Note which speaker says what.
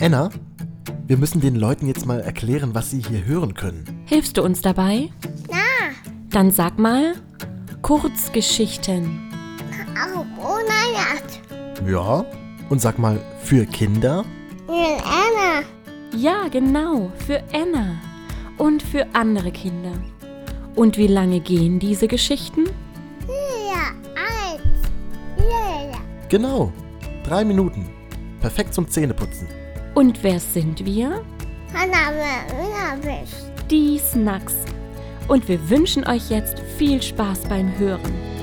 Speaker 1: Anna, wir müssen den Leuten jetzt mal erklären, was sie hier hören können.
Speaker 2: Hilfst du uns dabei?
Speaker 3: Na,
Speaker 2: Dann sag mal Kurzgeschichten.
Speaker 3: auch ohne Jagd.
Speaker 1: Ja. Und sag mal, für Kinder?
Speaker 3: Mit Anna.
Speaker 2: Ja, genau, für Anna und für andere Kinder. Und wie lange gehen diese Geschichten?
Speaker 3: Vier, eins. Vier.
Speaker 1: Genau. Drei Minuten. Perfekt zum Zähneputzen.
Speaker 2: Und wer sind wir?
Speaker 3: Hanna, wer du bist.
Speaker 2: Die Snacks. Und wir wünschen euch jetzt viel Spaß beim Hören.